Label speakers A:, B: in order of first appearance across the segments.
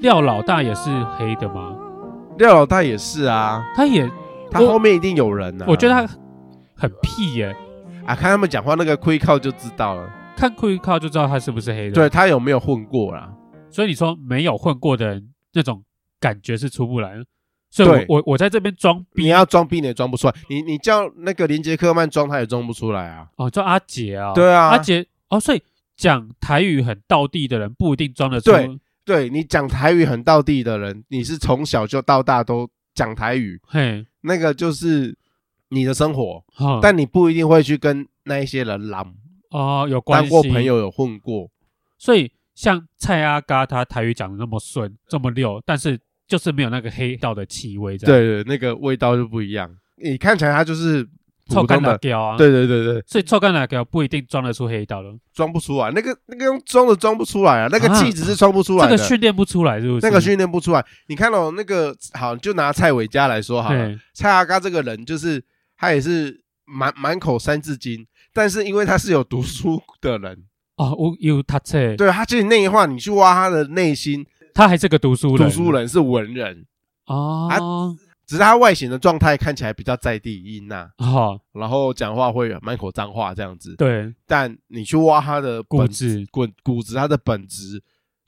A: 廖老大也是黑的吗？
B: 廖老大也是啊，
A: 他也，
B: 他
A: 我
B: 后面一定有人呢、啊。
A: 我觉得他很屁耶、
B: 啊，看他们讲话那个亏靠就知道了，
A: 看库伊靠就知道他是不是黑的。
B: 对，他有没有混过啦？
A: 所以你说没有混过的人，那种感觉是出不来的。所以我
B: 对，
A: 我我在这边装
B: 你
A: 逼
B: 要装逼你也装不出来，你你叫那个林杰克曼装他也装不出来啊。
A: 哦，叫阿杰啊，
B: 对啊
A: 阿杰哦，所以讲台语很道地的人不一定装得出。
B: 对对你讲台语很到地的人，你是从小就到大都讲台语，
A: 嘿，
B: 那个就是你的生活，
A: 哦、
B: 但你不一定会去跟那一些人浪。
A: 哦有关
B: 当
A: 系，
B: 过朋，友有混过，
A: 所以像蔡阿嘎他台语讲的那么顺，这么溜，但是就是没有那个黑道的气味，这样
B: 对对，那个味道就不一样。你看起来他就是
A: 臭
B: 普
A: 干
B: 通
A: 辣
B: 的，
A: 椒啊，，
B: 对对对对，
A: 所以臭干辣椒不一定装得出黑道的，
B: 装不出来，那个那个用装都装不出来啊，那个
A: 啊
B: 气质是装不出来
A: 这
B: 的，
A: 个训练不出来是不是？
B: 那个训练不出来。你看哦，那个好，就拿蔡伟嘉来说好了，
A: 嘿，
B: 蔡阿嘎这个人就是他也是满满口三字经，但是因为他是有读书的人，
A: 哦，我有他这，
B: 对啊他其实内化，你去挖他的内心，
A: 他还是个读书人，
B: 读书人是文人，
A: 哦，
B: 只是他外形的状态看起来比较在地音呐、
A: 好、哦，
B: 然后讲话会满口脏话这样子。
A: 对，
B: 但你去挖他的
A: 固
B: 本
A: 执，
B: 骨骨子，他的本质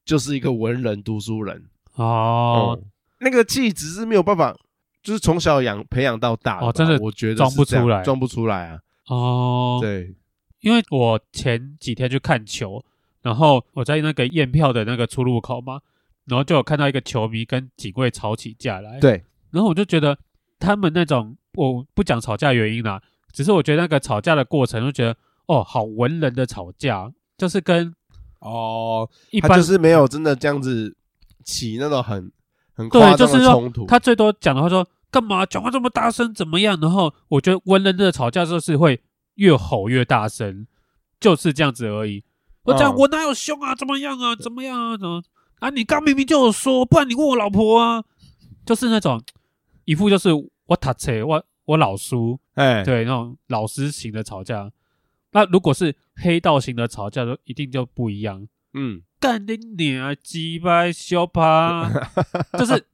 B: 就是一个文人读书人。
A: 哦，
B: 嗯那个气质是没有办法，就是从小养培养到大吧
A: 哦真的
B: 我觉得是
A: 装不出
B: 这样
A: 来
B: 装不出来啊。
A: 哦，
B: 对，
A: 因为我前几天去看球，然后我在那个验票的那个出入口嘛，然后就有看到一个球迷跟警卫吵起架来。
B: 对，
A: 然后我就觉得他们那种，我不讲吵架原因啦，只是我觉得那个吵架的过程，就觉得哦，好文人的吵架，就是跟
B: 哦，
A: 一
B: 他
A: 般
B: 就是没有真的这样子起那种很很
A: 对
B: 夸张
A: 就是
B: 的
A: 说
B: 冲突。
A: 他最多讲的话说干嘛讲话这么大声怎么样？然后我觉得文人的吵架就是会越吼越大声，就是这样子而已。我讲、
B: 嗯
A: 我哪有凶啊？怎么样啊？怎么样啊？怎么啊？你刚明明就有说，不然你问我老婆啊，就是那种一副就是我塔车我我老叔
B: 哎，
A: 对那种老师型的吵架。那如果是黑道型的吵架，就一定就不一样。
B: 嗯，
A: 干你娘鸡巴小趴，就是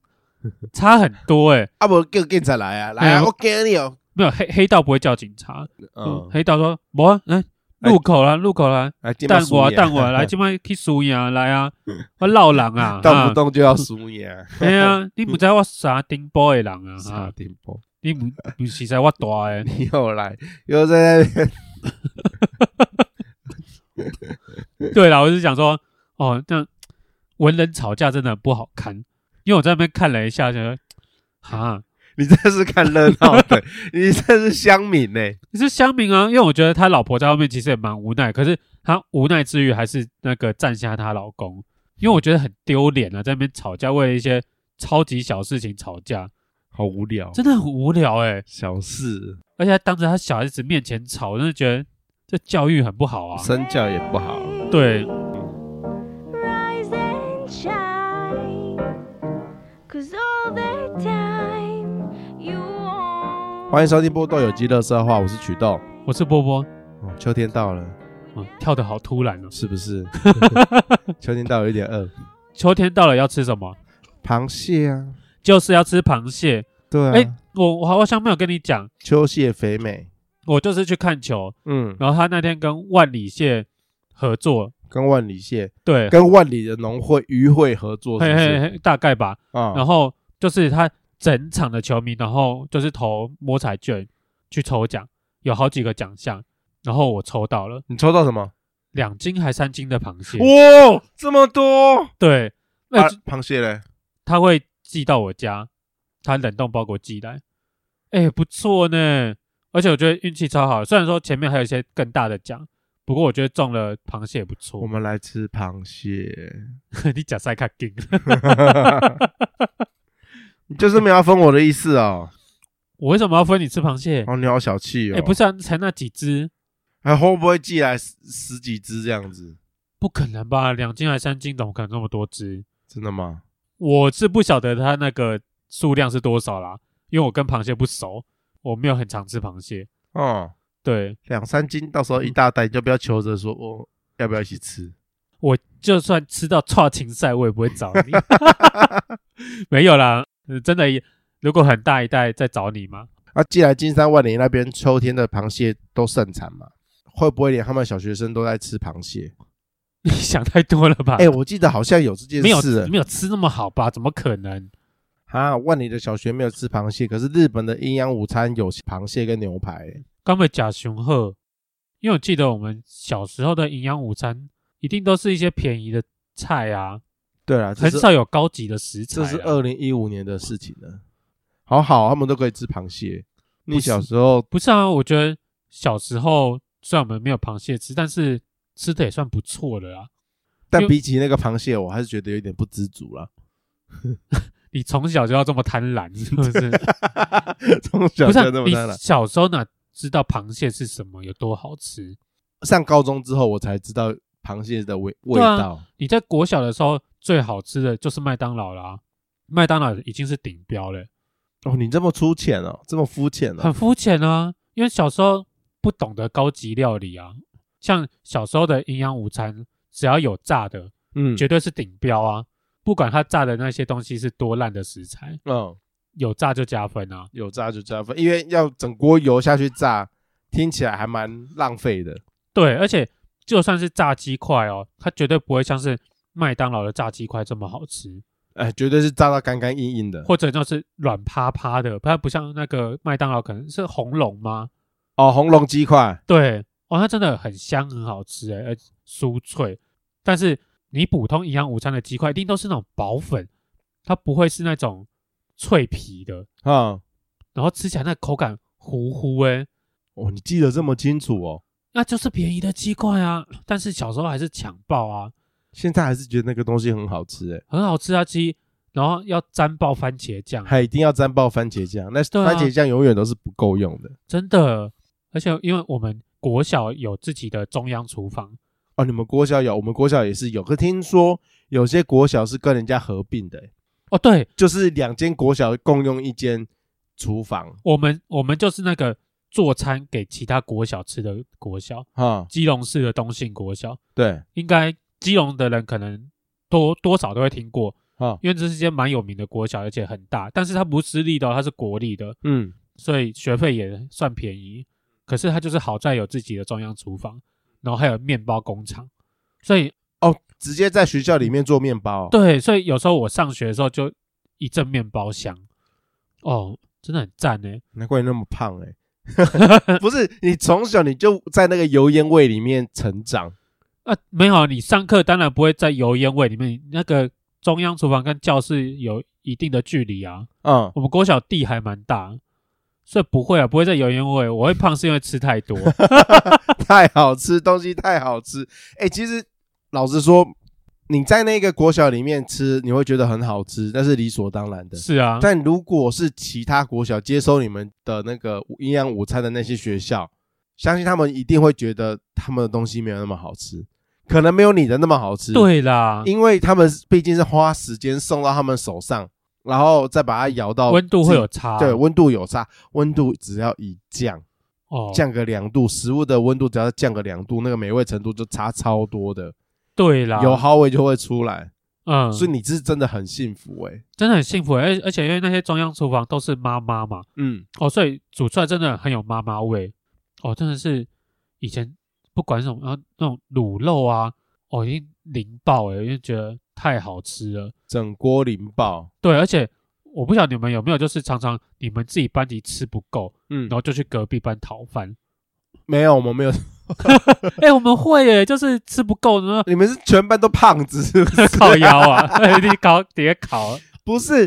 A: 差很多哎、
B: 啊不，叫警察来啊，来
A: 哎
B: 啊，
A: 我
B: 我给你哦。
A: 没有黑黑道不会叫警察，嗯
B: 嗯，，
A: 黑道说无啊，来路口啦，路口啦，
B: 来，今晚
A: 等我
B: 输赢，
A: 等我，来，，今摆去输赢来啊，我老人啊
B: 动不
A: 啊，
B: 动就要输赢 啊，
A: 哎呀，你不知道我啥丁波的人啊，
B: 傻
A: 啊，
B: 丁波。
A: 你不不是在我大诶，
B: 你又来，又在那 边，
A: 对啦，我是想说，哦，那文人吵架真的很不好看，因为我在那边看了一下，就啊，
B: 你这是看热闹的，你这是乡民呢、
A: 你是乡民啊，因为我觉得他老婆在外面其实也蛮无奈，可是他无奈之余还是那个站下她老公，因为我觉得很丢脸啊，在那边吵架，为了一些超级小事情吵架，
B: 好无聊，
A: 真的很无聊哎、
B: 小事，
A: 而且还当着他小孩子面前吵，我真的觉得这教育很不好啊。
B: 身教也不好。
A: 对，
C: rise and shine. Cause all the time you want.
B: 欢迎收听《波豆有机乐色话》，我是曲豆。
A: 我是波波，
B: 哦，秋天到了，
A: 嗯，跳的好突然哦。
B: 是 不是？秋天到了，有点饿。
A: 秋天到了要吃什么？
B: 螃蟹啊，
A: 就是要吃螃蟹。
B: 对啊，
A: 哎、我我好像没有跟你讲，
B: 秋蟹肥美。
A: 我就是去看球，
B: 嗯，
A: 然后他那天跟万里蟹合作，
B: 跟万里蟹，
A: 对，
B: 跟万里的农会渔会合作，是
A: 嘿
B: 不
A: 嘿哦
B: 是？
A: 嘿，大概吧。然
B: 啊，
A: 后就是他整场的球迷，然后就是投摸彩券去抽奖，有好几个奖项，然后我抽到了
B: 你抽到什么？
A: 两斤还三斤的螃蟹，
B: 哇，这么多！
A: 对，那、
B: 啊，螃蟹嘞？
A: 他会寄到我家，他冷冻包裹寄来，哎，不错呢。而且我觉得运气超好，虽然说前面还有一些更大的奖，不过我觉得中了螃蟹也不
B: 我
A: 错。
B: 们来吃螃蟹。
A: 你假赛卡金，
B: 你 就是没有要分我的意思哦。
A: 我为什么要分你吃螃蟹？
B: 哦，你好小气哦。
A: 哎，不是、啊，才那几只，
B: 还会不会寄来十十几只这样子？
A: 不可能吧？两斤还三斤，怎么可能那么多只？
B: 真的吗？
A: 我是不晓得它那个数量是多少啦，因为我跟螃蟹不熟，我没有很常吃螃蟹。
B: 哦，
A: 对，
B: 嗯两三斤，到时候一大袋，你就不要求着说哦，要不要一起吃？
A: 我就算吃到差芹菜，我也不会找你。 没有啦，呃真的，如果很大一袋再找你吗？
B: 啊，既然金山万里那边秋天的螃蟹都盛产嘛，会不会连他们小学生都在吃螃蟹？
A: 你想太多了吧？
B: 哎、我记得好像有这件
A: 啊没有
B: 事
A: 没有吃那么好吧？怎么可能？
B: 啊。万里的小学没有吃螃蟹，可是日本的营养午餐有螃蟹跟牛排、
A: 刚被假雄鹤，因为我记得我们小时候的营养午餐一定都是一些便宜的菜啊，
B: 对啊，这
A: 很
B: 是
A: 少有高级的食材
B: 这
A: 啊、
B: 是二零一五年的事情了。好好，他们都可以吃螃蟹。你小时候
A: 不是啊，我觉得小时候虽然我们没有螃蟹吃，但是吃的也算不错的啊啦。
B: 但比起那个螃蟹，我还是觉得有点不知足 了。
A: 你从小就要这么贪婪，是 不是？
B: 从小
A: 不是啊、
B: 就这么
A: 你
B: 当了。
A: 小时候哪知道螃蟹是什么，有多好吃？
B: 上高中之后，我才知道螃蟹的味味
A: 对啊
B: 道。
A: 你在国小的时候最好吃的就是麦当劳啦，麦当劳已经是顶标了，
B: 哦，你这么粗浅哦，这么肤浅哦
A: 很。肤浅啊。因为小时候不懂得高级料理啊，像小时候的营养午餐，只要有炸的，
B: 嗯，
A: 绝对是顶标啊。不管它炸的那些东西是多烂的食材，
B: 嗯，
A: 有炸就加分啊。
B: 有炸就加分，因为要整锅油下去炸，听起来还蛮浪费的。
A: 对，而且就算是炸鸡块哦，它绝对不会像是麦当劳的炸鸡块这么好吃，
B: 哎，绝对是炸到干干硬硬的。
A: 或者就是软趴趴的，它不像那个麦当劳可能是红龙吗？
B: 哦，红龙鸡块，
A: 对，哦，它真的很香，很好吃诶，而且酥脆。但是你普通营养午餐的鸡块一定都是那种薄粉，它不会是那种脆皮的，
B: 嗯，
A: 然后吃起来那口感糊糊诶，
B: 哦，你记得这么清楚哦。
A: 那就是便宜的鸡块啊。但是小时候还是抢爆啊，
B: 现在还是觉得那个东西很好吃哎，
A: 很好吃啊鸡，然后要沾爆番茄酱，
B: 还一定要沾爆番茄酱，那
A: 对啊
B: 番茄酱永远都是不够用的。
A: 真的。而且因为我们国小有自己的中央厨房，
B: 哦，你们国小有，我们国小也是有，可听说有些国小是跟人家合并的欸，
A: 哦，对
B: 就是两间国小共用一间厨房
A: 我们我们就是那个做餐给其他国小吃的国小，
B: 哈、
A: 基隆市的东信国小，
B: 对，
A: 应该基隆的人可能多多少都会听过，
B: 哈，
A: 因为这是一间蛮有名的国小，而且很大，但是它不是私立的哦、它是国立的，
B: 嗯，
A: 所以学费也算便宜。可是它就是好在有自己的中央厨房，然后还有面包工厂，所以
B: 哦，直接在学校里面做面包、哦，
A: 对，所以有时候我上学的时候就一阵面包香，哦，真的很赞呢。
B: 难怪你那么胖 哎、不是你从小你就在那个油烟味里面成长，
A: 啊，没有啊，你上课当然不会在油烟味里面，那个中央厨房跟教室有一定的距离啊。
B: 嗯，
A: 我们国小地还蛮大，所以不会啊，不会在油烟味。我会胖是因为吃太多，
B: 太好吃，东西太好吃，哎、其实老实说，你在那个国小里面吃，你会觉得很好吃，那是理所当然的。
A: 是啊，
B: 但如果是其他国小接收你们的那个营养午餐的那些学校，相信他们一定会觉得他们的东西没有那么好吃，可能没有你的那么好吃。，
A: 对啊啦，
B: 因为他们毕竟是花时间送到他们手上，然后再把它摇到
A: 温度会有
B: 自
A: 差，
B: 己对温度有差，温度只要一降
A: 哦，
B: 降个两度，食物的温度只要降个两度，那个美味程度就差超多的，
A: 对啦，
B: 有好味就会出来。
A: 啊嗯，
B: 所以你是真的很幸福哎、
A: 真的很幸福，欸而而且因为那些中央厨房都是妈妈嘛，
B: 嗯，
A: 哦，所以煮出来真的很有妈妈味，哦，真的是以前不管是什么，然后那种卤肉啊，哦，已经淋爆了，因为觉得太好吃了。
B: 整锅淋爆。
A: 对，而且我不晓得你们有没有，就是常常你们自己班级吃不够，
B: 嗯
A: 然，后就去隔壁班讨饭。
B: 没有，我们没有，，
A: 哎、我们会耶，就是吃不够呢
B: 你们是全班都胖子 是不是？
A: 靠腰啊， 你烤别烤，啊
B: 不是，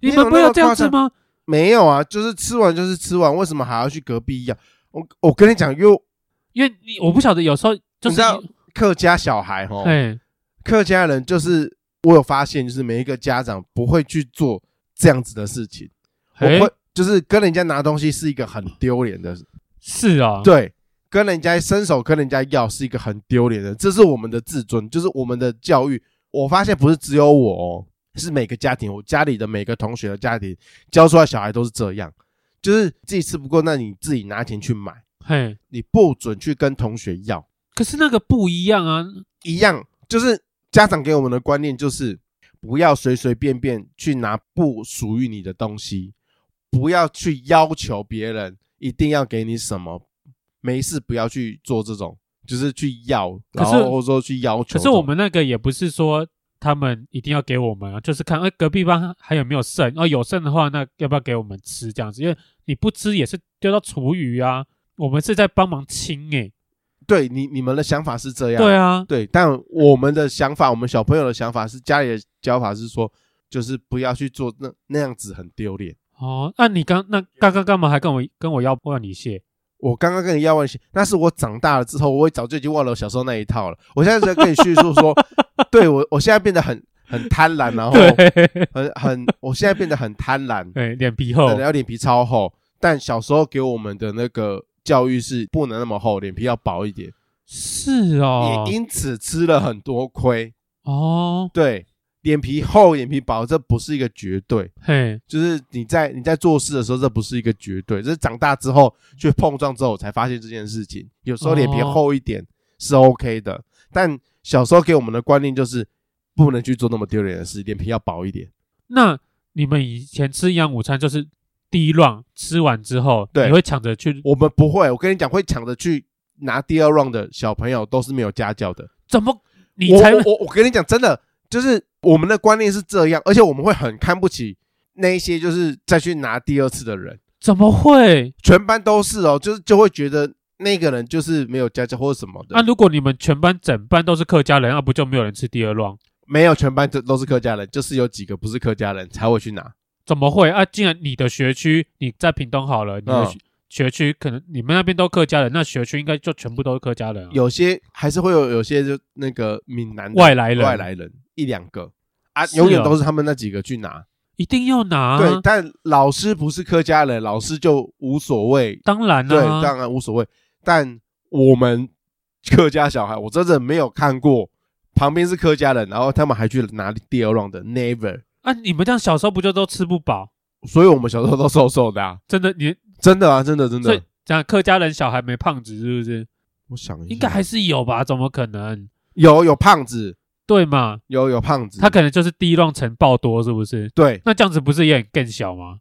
A: 你
B: 你怎
A: 们
B: 么
A: 不
B: 那
A: 有
B: 么
A: 这样
B: 夸
A: 子
B: 张
A: 吗？
B: 没有啊，就是吃完就是吃完，为什么还要去隔壁要？我我跟你讲，因为
A: 因为你我不晓得有时候就
B: 你
A: 是
B: 知道客家哦小孩哈，
A: 哎，
B: 客家人就是我有发现，就是每一个家长不会去做这样子的事情，我
A: 哎
B: 会就是跟人家拿东西是一个很丢脸的，
A: 是啊，
B: 对，跟人家伸手跟人家要是一个很丢脸的，这是我们的自尊，就是我们的教育。我发现不是只有我、哦，是每个家庭，我家里的每个同学的家庭教出来小孩都是这样，就是自己吃不够，那你自己拿钱去买，
A: 嘿，
B: 你不准去跟同学要
A: 可是那个不一样啊，
B: 一样。就是家长给我们的观念就是不要随随便便去拿不属于你的东西，不要去要求别人一定要给你什么，没事不要去做这种，就是去要，
A: 可
B: 然
A: 是
B: 后欧洲去要求这
A: 可
B: 种。
A: 是我们那个也不是说他们一定要给我们啊，就是看哎隔壁班还有没有剩，哦有剩的话，那要不要给我们吃这样子？因为你不吃也是丢到厨余啊，我们是在帮忙清哎、
B: 对你你们的想法是这样，
A: 对啊，
B: 对，但我们的想法，我们小朋友的想法是家里的教法是说，就是不要去做那那样子很丢脸。
A: 哦，那你刚那刚刚干嘛还跟我跟我要万里蟹？
B: 我刚刚跟你要问一些，那是我长大了之后，我早就已经忘了我小时候那一套了。我现在在跟你叙述说， 对我我现在变得很很贪 婪，然后
A: 对，
B: 很很，我现在变得很贪 婪，
A: 对，脸皮厚，
B: 然后脸皮超厚。但小时候给我们的那个教育是不能那么厚，脸皮要薄一点，
A: 是哦
B: 也，因此吃了很多亏。
A: 哦，
B: 对，脸皮厚、脸皮薄，这不是一个绝对。
A: 嘿，
B: 就是你在你在做事的时候，这不是一个绝对，这是长大之后去碰撞之后我才发现这件事情。有时候脸皮
A: 哦
B: 厚一点是 OK 的，但小时候给我们的观念就是不能去做那么丢脸的事，脸皮要薄一点。
A: 那你们以前吃营养午餐就是第一 round 吃完之后，
B: 对
A: 你会抢着去，
B: 我们不会，我跟你讲，会抢着去拿第二 round 的小朋友都是没有家教的。
A: 怎么你
B: 我
A: 才
B: 我我我跟你讲，真的就是我们的观念是这样，而且我们会很看不起那一些就是再去拿第二次的人。
A: 怎么会？
B: 全班都是哦，就是就会觉得那个人就是没有家教或者什么的。
A: 那、如果你们全班整班都是客家人，那、不就没有人吃第二 round？
B: 没有全班都都是客家人，就是有几个不是客家人才会去拿。
A: 怎么会啊？既然你的学区你在屏东好了，你的
B: 嗯
A: 学学区可能你们那边都客家人，那学区应该就全部都是客家人、啊，
B: 有些还是会有有些就那个闽南的
A: 外来人，
B: 外来人一两个啊，
A: 是哦
B: 永远都是他们那几个去拿。
A: 一定要拿、啊，
B: 对，但老师不是客家人，老师就无所谓。
A: 当然
B: 对，
A: 啊，
B: 当然无所谓。但我们客家小孩，我真的没有看过旁边是客家人，然后他们还去拿第二 round 的，never。
A: 啊，你们这样小时候不就都吃不饱？
B: 所以我们小时候都瘦瘦的啊，
A: 真的，你
B: 真的啊，真的真
A: 所
B: 的
A: 以。讲客家人小孩没胖子是不
B: 嗯
A: 是？
B: 我想一下，
A: 应该还是有吧？怎么可能？
B: 有有胖子，
A: 对嘛？
B: 有有胖子，
A: 他可能就是第一浪成爆多，是不是？
B: 对
A: 那这样子不是也很更小吗？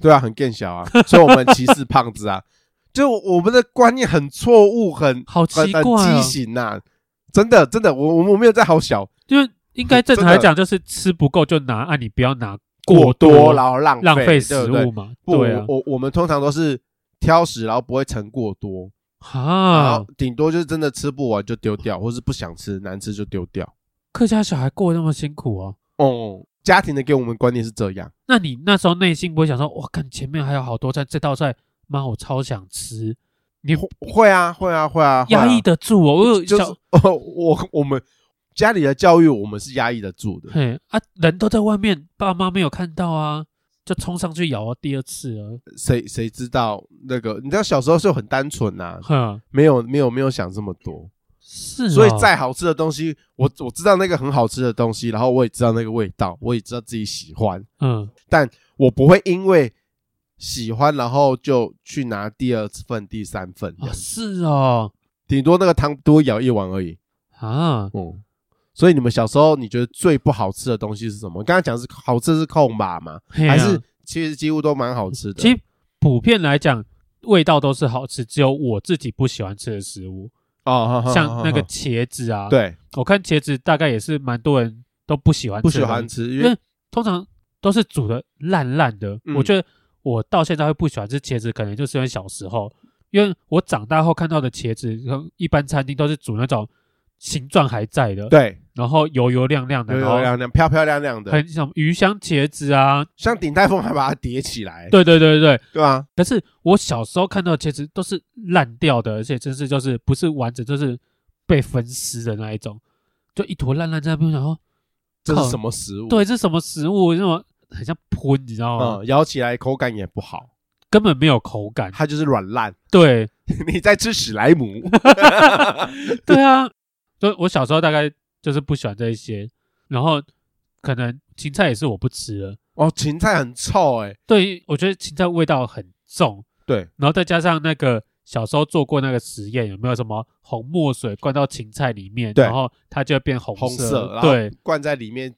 B: 对啊，很更小啊， 所以我们歧视胖子啊，就我们的观念很错误，很
A: 好
B: 很
A: 奇
B: 很
A: 怪
B: 畸
A: 哦，
B: 形呐、真的真的，我我我没有在好小
A: 就是应该正常
B: 真的
A: 来讲，就是吃不够就拿，啊，你不要拿
B: 多，
A: 多
B: 然后浪
A: 浪费
B: 费
A: 食
B: 对不对
A: 物嘛。
B: 不，
A: 对啊，
B: 我我我们通常都是挑食，然后不会盛过多，然
A: 啊
B: 后，顶多就是真的吃不完就丢掉，或是不想吃难吃就丢掉。
A: 客家小孩过得那么辛苦哦。
B: 哦，家庭的给我们观念是这样，
A: 那你那时候内心不会想说，哇，看前面还有好多菜，这道菜，妈，我超想吃，你
B: 会啊会啊会啊，会啊
A: 压抑得住哦。我有
B: 就
A: 小
B: 是、哦， 我我们家里的教育我们是压抑得住的，
A: 嘿啊，人都在外面，爸妈没有看到啊，就冲上去咬第二次了。
B: 谁谁知道那个？你知道小时候就很单纯呐、
A: 哼，
B: 没有没有没有想这么多，
A: 是、哦，
B: 所以再好吃的东西，我我知道那个很好吃的东西，然后我也知道那个味道，我也知道自己喜欢，
A: 嗯，
B: 但我不会因为喜欢然后就去拿第二份、第三份这
A: 啊
B: 样子，
A: 是哦，
B: 顶多那个汤多舀一碗而已。
A: 啊，
B: 哦、所以你们小时候你觉得最不好吃的东西是什么？刚刚讲是好吃是空吧嘛？
A: 嘿啊
B: 还是其实几乎都蛮好吃的。
A: 其实普遍来讲，味道都是好吃，只有我自己不喜欢吃的食物，
B: 哦，
A: 像那个
B: 哈哈
A: 茄子啊，
B: 哈，对，
A: 我看茄子大概也是蛮多人都不喜欢
B: 不
A: 吃
B: 喜
A: 的
B: 欢，吃，因
A: 因为
B: 为
A: 通常都是煮的烂烂的。
B: 嗯
A: 我觉得我到现在会不喜欢吃茄子，可能就是因为小时候，因为我长大后看到的茄子，一般餐厅都是煮那种形状还在的，
B: 对，
A: 然后油油亮亮的，
B: 有
A: 然
B: 有
A: 后
B: 亮亮漂漂亮亮的，
A: 很什么鱼香茄子啊，
B: 像鼎泰丰还把它叠起来，
A: 对对对对对。
B: 对吧？
A: 可是我小时候看到的茄子都是烂掉的，而且真是就是不是完整，就是被分尸的那一种，就一坨烂烂在那边，然后
B: 这
A: 靠
B: 是什么食物？
A: 对，这是什么食物？那种很像喷，你知道吗？
B: 嗯，咬起来口感也不好，
A: 根本没有口感。
B: 它就是软烂。
A: 对
B: 你在吃史莱姆？
A: 对啊，就我小时候大概就是不喜欢这一些，然后可能芹菜也是我不吃的。
B: 哦，芹菜很臭哎，
A: 对，我觉得芹菜味道很重。
B: 对，
A: 然后再加上那个小时候做过那个实验，有没有什么红墨水灌到芹菜里面，
B: 对
A: 然后它就会变红
B: 红色，然后
A: 对，
B: 灌在里面，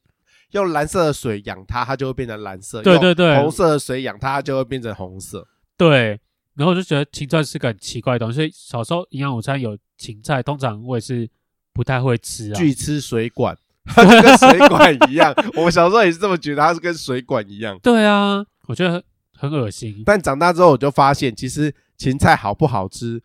B: 用蓝色的水养它，它就会变成蓝色；
A: 对对对
B: 用红色的水养它，它就会变成红色。
A: 对，然后我就觉得芹菜是个很奇怪的东西，所以小时候营养午餐有芹菜，通常我也是不太会吃啊。
B: 巨吃水管， 它就跟水管一样。 我小时候也是这么觉得，它是跟水管一样。
A: 对啊，我觉得很很恶心。
B: 但长大之后，我就发现，其实芹菜好不好吃，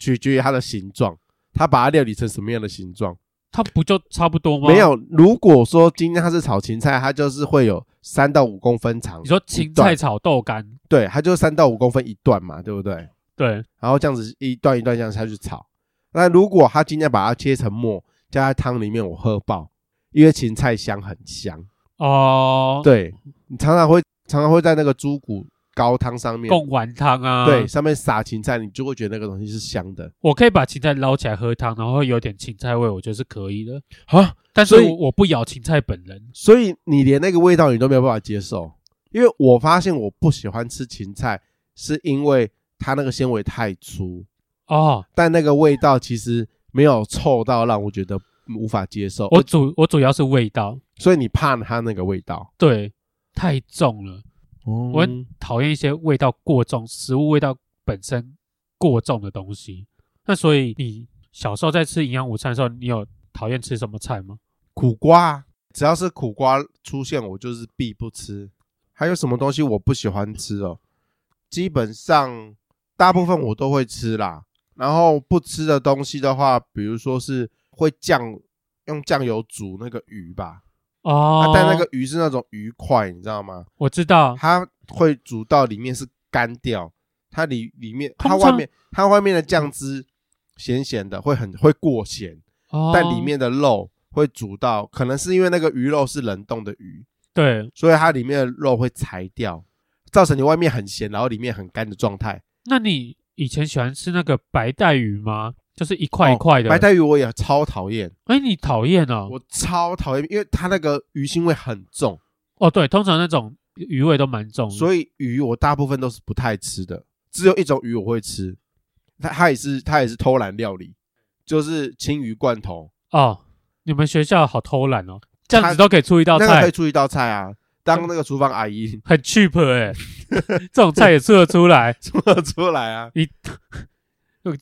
B: 取决于它的形状。它把它料理成什么样的形状？
A: 它不就差不多吗？
B: 没，有。如果说今天它是炒芹菜，它就是会有三到五公分长。
A: 你说
B: 一
A: 芹
B: 段
A: 菜炒豆干，
B: 对，它就是三到五公分一段嘛，对不对？
A: 对，
B: 然后这样子一段一段这样下去炒。那如果他今天把它切成末，加在汤里面，我喝爆，因为芹菜香很香。
A: 哦、，
B: 对，你常常会常常会在那个猪骨高汤上面，
A: 贡丸汤啊，
B: 对，，上面撒芹菜，你就会觉得那个东西是香的
A: 我可以把芹菜捞起来喝汤，然后会有点芹菜味，我觉得是可以的。
B: 啊。
A: 但是
B: 所以
A: 我我不咬芹菜本人，
B: 所以你连那个味道你都没有办法接受，因为我发现我不喜欢吃芹菜，是因为它那个纤维太粗，
A: 哦，
B: 但那个味道其实没有臭到让我觉得无法接受。
A: 我主我主要是味道，
B: 所以你怕它那个味道。
A: 对，太重了。哦
B: 我
A: 讨厌一些味道过重、食物味道本身过重的东西。那所以你小时候在吃营养午餐的时候，你有讨厌吃什么菜吗？
B: 苦瓜，只要是苦瓜出现，我就是必不吃。还有什么东西我不喜欢吃哦？基本上大部分我都会吃啦。然后不吃的东西的话，比如说是会酱用酱油煮那个鱼吧，
A: 哦哦
B: 啊，但那个鱼是那种鱼块，你知道吗？
A: 我知道，
B: 它会煮到里面是干掉，它里里面它
A: 通
B: 外
A: 常
B: 面它外面的酱汁咸咸的，会很会过咸。
A: 哦
B: 但里面的肉会煮到，可能是因为那个鱼肉是冷冻的鱼，
A: 对，
B: 所以它里面的肉会裁掉，造成你外面很咸，然后里面很干的状态。
A: 那你以前喜欢吃那个白带鱼吗？就是一块一
B: 哦
A: 块的、
B: 白，带鱼我也超讨厌，
A: 哎，你讨厌哦？
B: 我超讨厌，因为它那个鱼腥味很重，
A: 哦，对，通常那种鱼味都蛮重的，
B: 所以鱼我大部分都是不太吃的，只有一种鱼我会吃，它它也是它也是偷懒料理，就是青鱼罐头，
A: 哦，你们学校好偷懒哦，这样
B: 它
A: 子都可以出一道
B: 那个可以
A: 菜，
B: 出一道菜啊，当那个厨房阿姨
A: 很 cheap 哎、这种菜也吃得出来，
B: 做出来啊。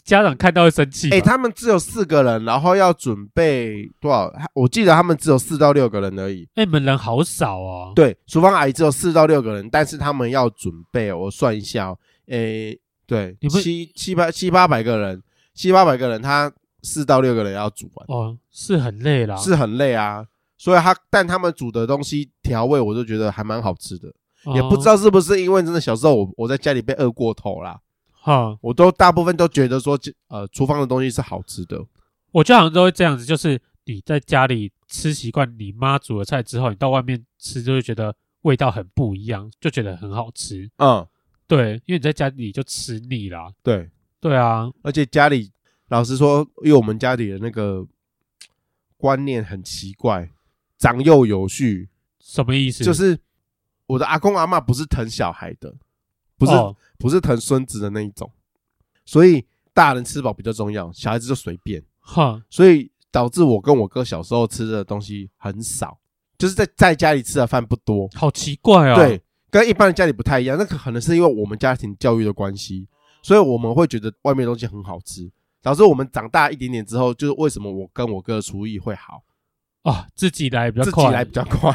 A: 家长看到会生气吧。
B: 哎、他们只有四个人，然后要准备多少？我记得他们只有四到六个人而已。
A: 哎、你们人好少哦。
B: 对，厨房阿姨只有四到六个人，但是他们要准备，我算一下、哦，哎、对
A: 你，不是
B: 七七八七八百个人，七八百个人，他四到六个人要煮完，
A: 哦，是很累啦。
B: 是很累啊。所以他，但他们煮的东西调味，我就觉得还蛮好吃的，
A: 哦
B: 也不知道是不是因为真的小时候我我在家里被饿过头啦，
A: 哈。
B: 我都大部分都觉得说，呃，厨房的东西是好吃的，
A: 我觉得好像都会这样子，就是你在家里吃习惯你妈煮的菜之后，你到外面吃就会觉得味道很不一样，就觉得很好吃。
B: 嗯，
A: 对，因为你在家里就吃腻啦。
B: 对。
A: 对啊，
B: 而且家里老实说，因为我们家里的那个观念很奇怪，长幼有序，
A: 什么意思？哦
B: 就是我的阿公阿嬷不是疼小孩的，不是、
A: 哦
B: 不是疼孙子的那一种，所以大人吃饱比较重要，小孩子就随便，
A: 哈
B: 所以导致我跟我哥小时候吃的东西很少，就是在在家里吃的饭不多，
A: 好奇怪哦。
B: 对，跟一般的家里不太一样。那可能是因为我们家庭教育的关系，所以我们会觉得外面的东西很好吃，导致我们长大一点点之后，就是为什么我跟我哥的厨艺会好，
A: 哦，自己来比较
B: 自己
A: 快，
B: 来比较 快。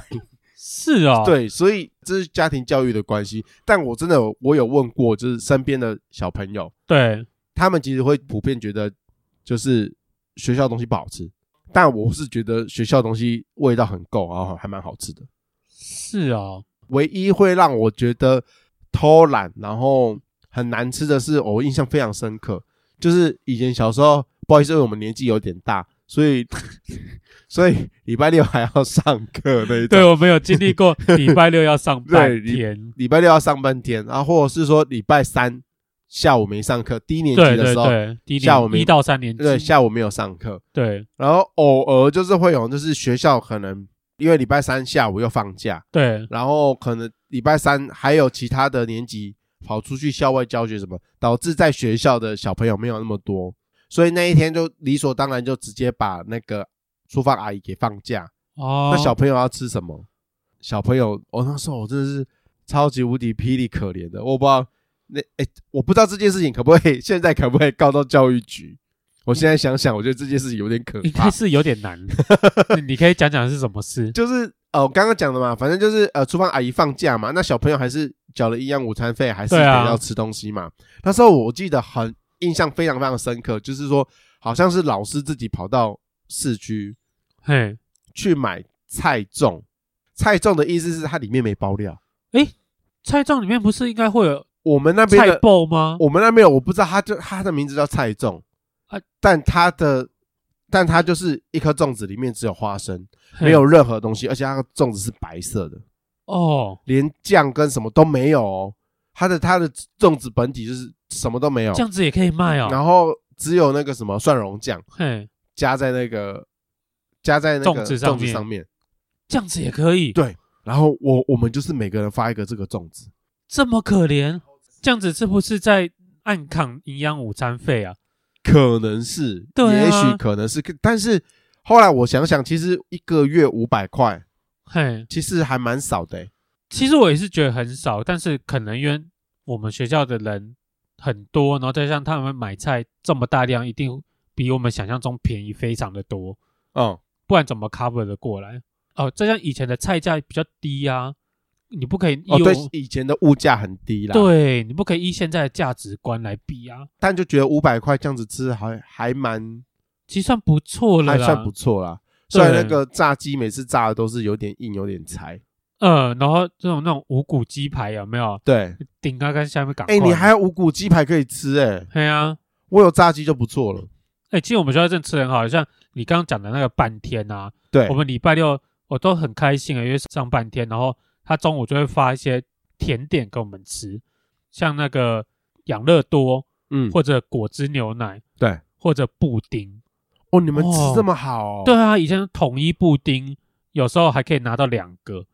A: 是哦。，
B: 对，所以这是家庭教育的关系。但我真的有我有问过，就是身边的小朋友，
A: 对，
B: 他们其实会普遍觉得就是学校的东西不好吃。但我是觉得学校的东西味道很够，然后还蛮好吃的。
A: 是哦。
B: 唯一会让我觉得偷懒然后很难吃的是，我印象非常深刻，就是以前小时候，不好意思，因为我们年纪有点大，所以 所以礼拜六还要上课那一
A: 对，
B: 种，
A: 我们有经历过礼拜六要上半
B: 对你
A: 天，
B: 礼拜六要上半天，然后或者是说礼拜三下午没上课，低年级
A: 对
B: 的
A: 对
B: 时候，
A: 对，低
B: 下午
A: 年
B: 没
A: 一到三年级，
B: 对下午没有上课，
A: 对
B: 然后偶尔就是会有，就是学校可能因为礼拜三下午又放假，
A: 对
B: 然后可能礼拜三还有其他的年级跑出去校外教学什么，导致在学校的小朋友没有那么多，所以那一天就理所当然就直接把那个厨房阿姨给放假。
A: 哦，
B: 那小朋友要吃什么？小朋友，我、那时候我真的是超级无敌霹雳可怜的，我不知道那哎、我不知道这件事情可不可以 现在可不可以告到教育局？我现在想想，我觉得这件事情有点可
A: 应
B: 怕
A: 该。是有点 难，你你可以讲讲是什么事？
B: 就是呃，我刚刚讲的嘛，反正就是呃，厨房阿姨放假嘛，那小朋友还是缴了一样午餐费，还是
A: 对
B: 得
A: 啊
B: 要吃东西嘛。那时候我记得很印象非常非常深刻，就是说好像是老师自己跑到市区
A: 嘿，
B: 去买菜粽，菜粽的意思是它里面没包料。
A: 菜粽里面不是应该会有
B: 我们那边
A: 菜
B: 的，
A: 爆吗？
B: 我们那边有我不知道，它就它的名字叫菜粽
A: 啊
B: 但它的但它就是一颗粽子里面只有花生，
A: 嘿
B: 没有任何东西，而且它的粽子是白色的。
A: 哦，
B: 连酱跟什么都没有、哦，它的它的粽子本体就是什么都没有，
A: 这样子也可以卖哦。
B: 然后只有那个什么蒜蓉酱
A: 嘿，
B: 加在那个加在那
A: 粽
B: 个
A: 子
B: 粽子
A: 上面
B: 上面，
A: 这样子也可以，
B: 对然后我我们就是每个人发一个这个粽子，
A: 这么可怜，这样子是不是在暗扛营养午餐费啊？
B: 可能是，
A: 对啊
B: 也许可能是，但是后来我想想，其实一个月五百块，
A: 嘿，
B: 其实还蛮少的欸、
A: 其实我也是觉得很少，但是可能因为我们学校的人很多，然后再像他们买菜这么大量，一定比我们想象中便宜非常的多，
B: 嗯，
A: 不然怎么 cover 的过来？哦，再像以前的菜价比较低啊，你不可以
B: 哦，
A: 以
B: 对
A: 我，
B: 以前的物啊价很低啦，，
A: 对你不可以依现在的价值观来比啊，
B: 但就觉得五百块这样子吃还还蛮
A: 其实算不错了
B: 还
A: 啦，
B: 算不错啦。
A: 对
B: 虽然那个炸鸡每次炸的都是有点硬，有点柴。
A: 呃，然后这种那种五谷鸡排有没有？
B: 对，
A: 顶刚刚下面赶快，
B: 哎、你还有五谷鸡排可以吃、哎，
A: 对啊，
B: 我有炸鸡就不错了。
A: 哎、其实我们学校真的吃得很好，像你刚刚讲的那个半天啊，
B: 对
A: 我，们礼拜六我都很开心啊，因为上半天，然后他中午就会发一些甜点给我们吃，像那个养乐多
B: 嗯，
A: 或者果汁牛奶
B: 对，
A: 或者布丁。
B: 哦，你们吃
A: 哦
B: 这么好、哦
A: 对，啊，以前统一布丁有时候还可以拿到两个，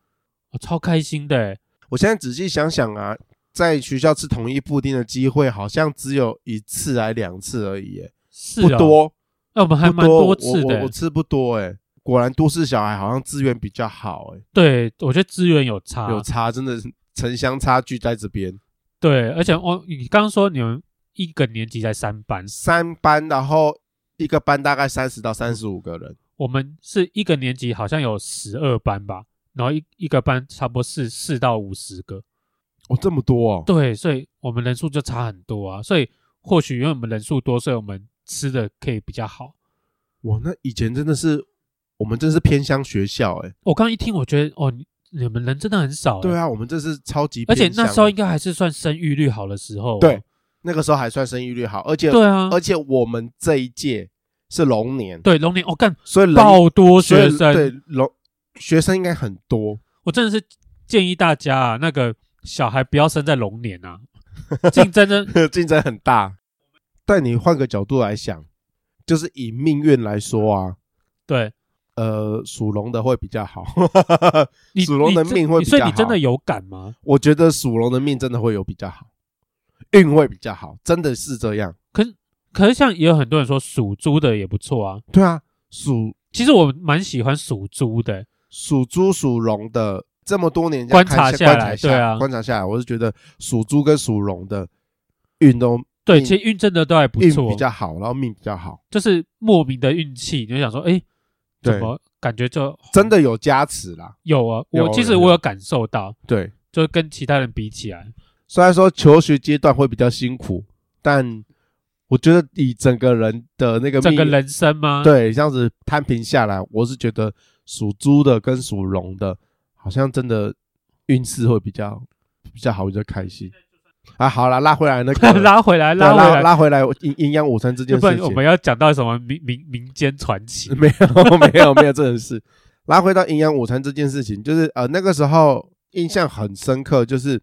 A: 我、超开心的、欸。
B: 我现在仔细想想啊，在学校吃统一布丁的机会好像只有一次还两次而已、哎，
A: 是、
B: 不
A: 哦、，
B: 多，
A: 那、我们还
B: 不
A: 蛮
B: 多，
A: 次的
B: 我
A: 欸、
B: 我我吃不多、哎，果然都市小孩好像资源比较好、
A: 对，我觉得资源有差，
B: 哎，有差，真的是城乡差距在这边。
A: 对，而且我、你刚刚说你们一个年级才三班，
B: 三班，然后一个班大概三十到三十五个人，
A: 我们是一个年级好像有十二班吧，然后一一个班差不多是四到五十个，
B: 哦，这么多哦，
A: 对，所以我们人数就差很多啊，所以或许因为我们人数多，所以我们吃的可以比较好。
B: 哇，那以前真的是我们真是偏乡学校哎、
A: 我刚刚一听，我觉得哦，你你们人真的很少、
B: 对
A: 啊，
B: 啊，我们这是超级
A: 而
B: 偏乡
A: 且
B: 欸，
A: 那时候应该还是算生育率好的时候、
B: 对，啊那个时候还算生育率好，而且
A: 对啊，
B: 而且我们这一届是龙年，
A: 对啊龙年我哦干
B: 所以人
A: 爆多
B: 所以
A: 学生，
B: 对龙学生应该很多，
A: 我真的是建议大家啊，那个小孩不要生在龙年啊，竞争真
B: 竞争很大。但你换个角度来想，就是以命运来说啊，
A: 对
B: 呃，属龙的会比较好。
A: 你
B: 属龙的
A: 你真
B: 命会
A: 你
B: 比
A: 所以
B: 较
A: 你真的
B: 好
A: 有感吗？
B: 我觉得属龙的命真的会有比较好，运会比较好，真的是这样。
A: 可是像也有很多人说属猪的也不错啊，
B: 对啊，属
A: 其实我蛮喜欢属猪的欸、
B: 属猪、属龙的这么多年
A: 观察
B: 看
A: 下来
B: 观察
A: 对啊
B: 观察下来，我是觉得属猪跟属龙的运都
A: 对，
B: 嗯
A: 其实运真的都还不
B: 运
A: 错
B: 比，较好，然后命比较好，
A: 就是莫名的运气，你就想说，哎、
B: 对
A: 怎么感觉就
B: 真的有加持啦。
A: 有啊？
B: 有
A: 我其实
B: 有
A: 我有感受到，
B: 对，
A: 就是跟其他人比起来，
B: 虽然说求学阶段会比较辛苦，但我觉得以整个人的那个
A: 整个
B: 命
A: 人啊生吗？，
B: 对，这样子摊平下来，我是觉得属猪的跟属龙的，好像真的运势会比较比较好，比较开心。啊，好啦，拉回来 那个，
A: 拉回来，
B: 对啊
A: 拉
B: 拉
A: 回来，
B: 拉回来营营养午餐这
A: 要
B: 件
A: 不
B: 事
A: 然
B: 情嗯
A: 我，们要讲到什么民民民间传奇
B: ？没有没有没有这种事。拉回到营养午餐这件事情，就是呃那个时候印象很深刻，就是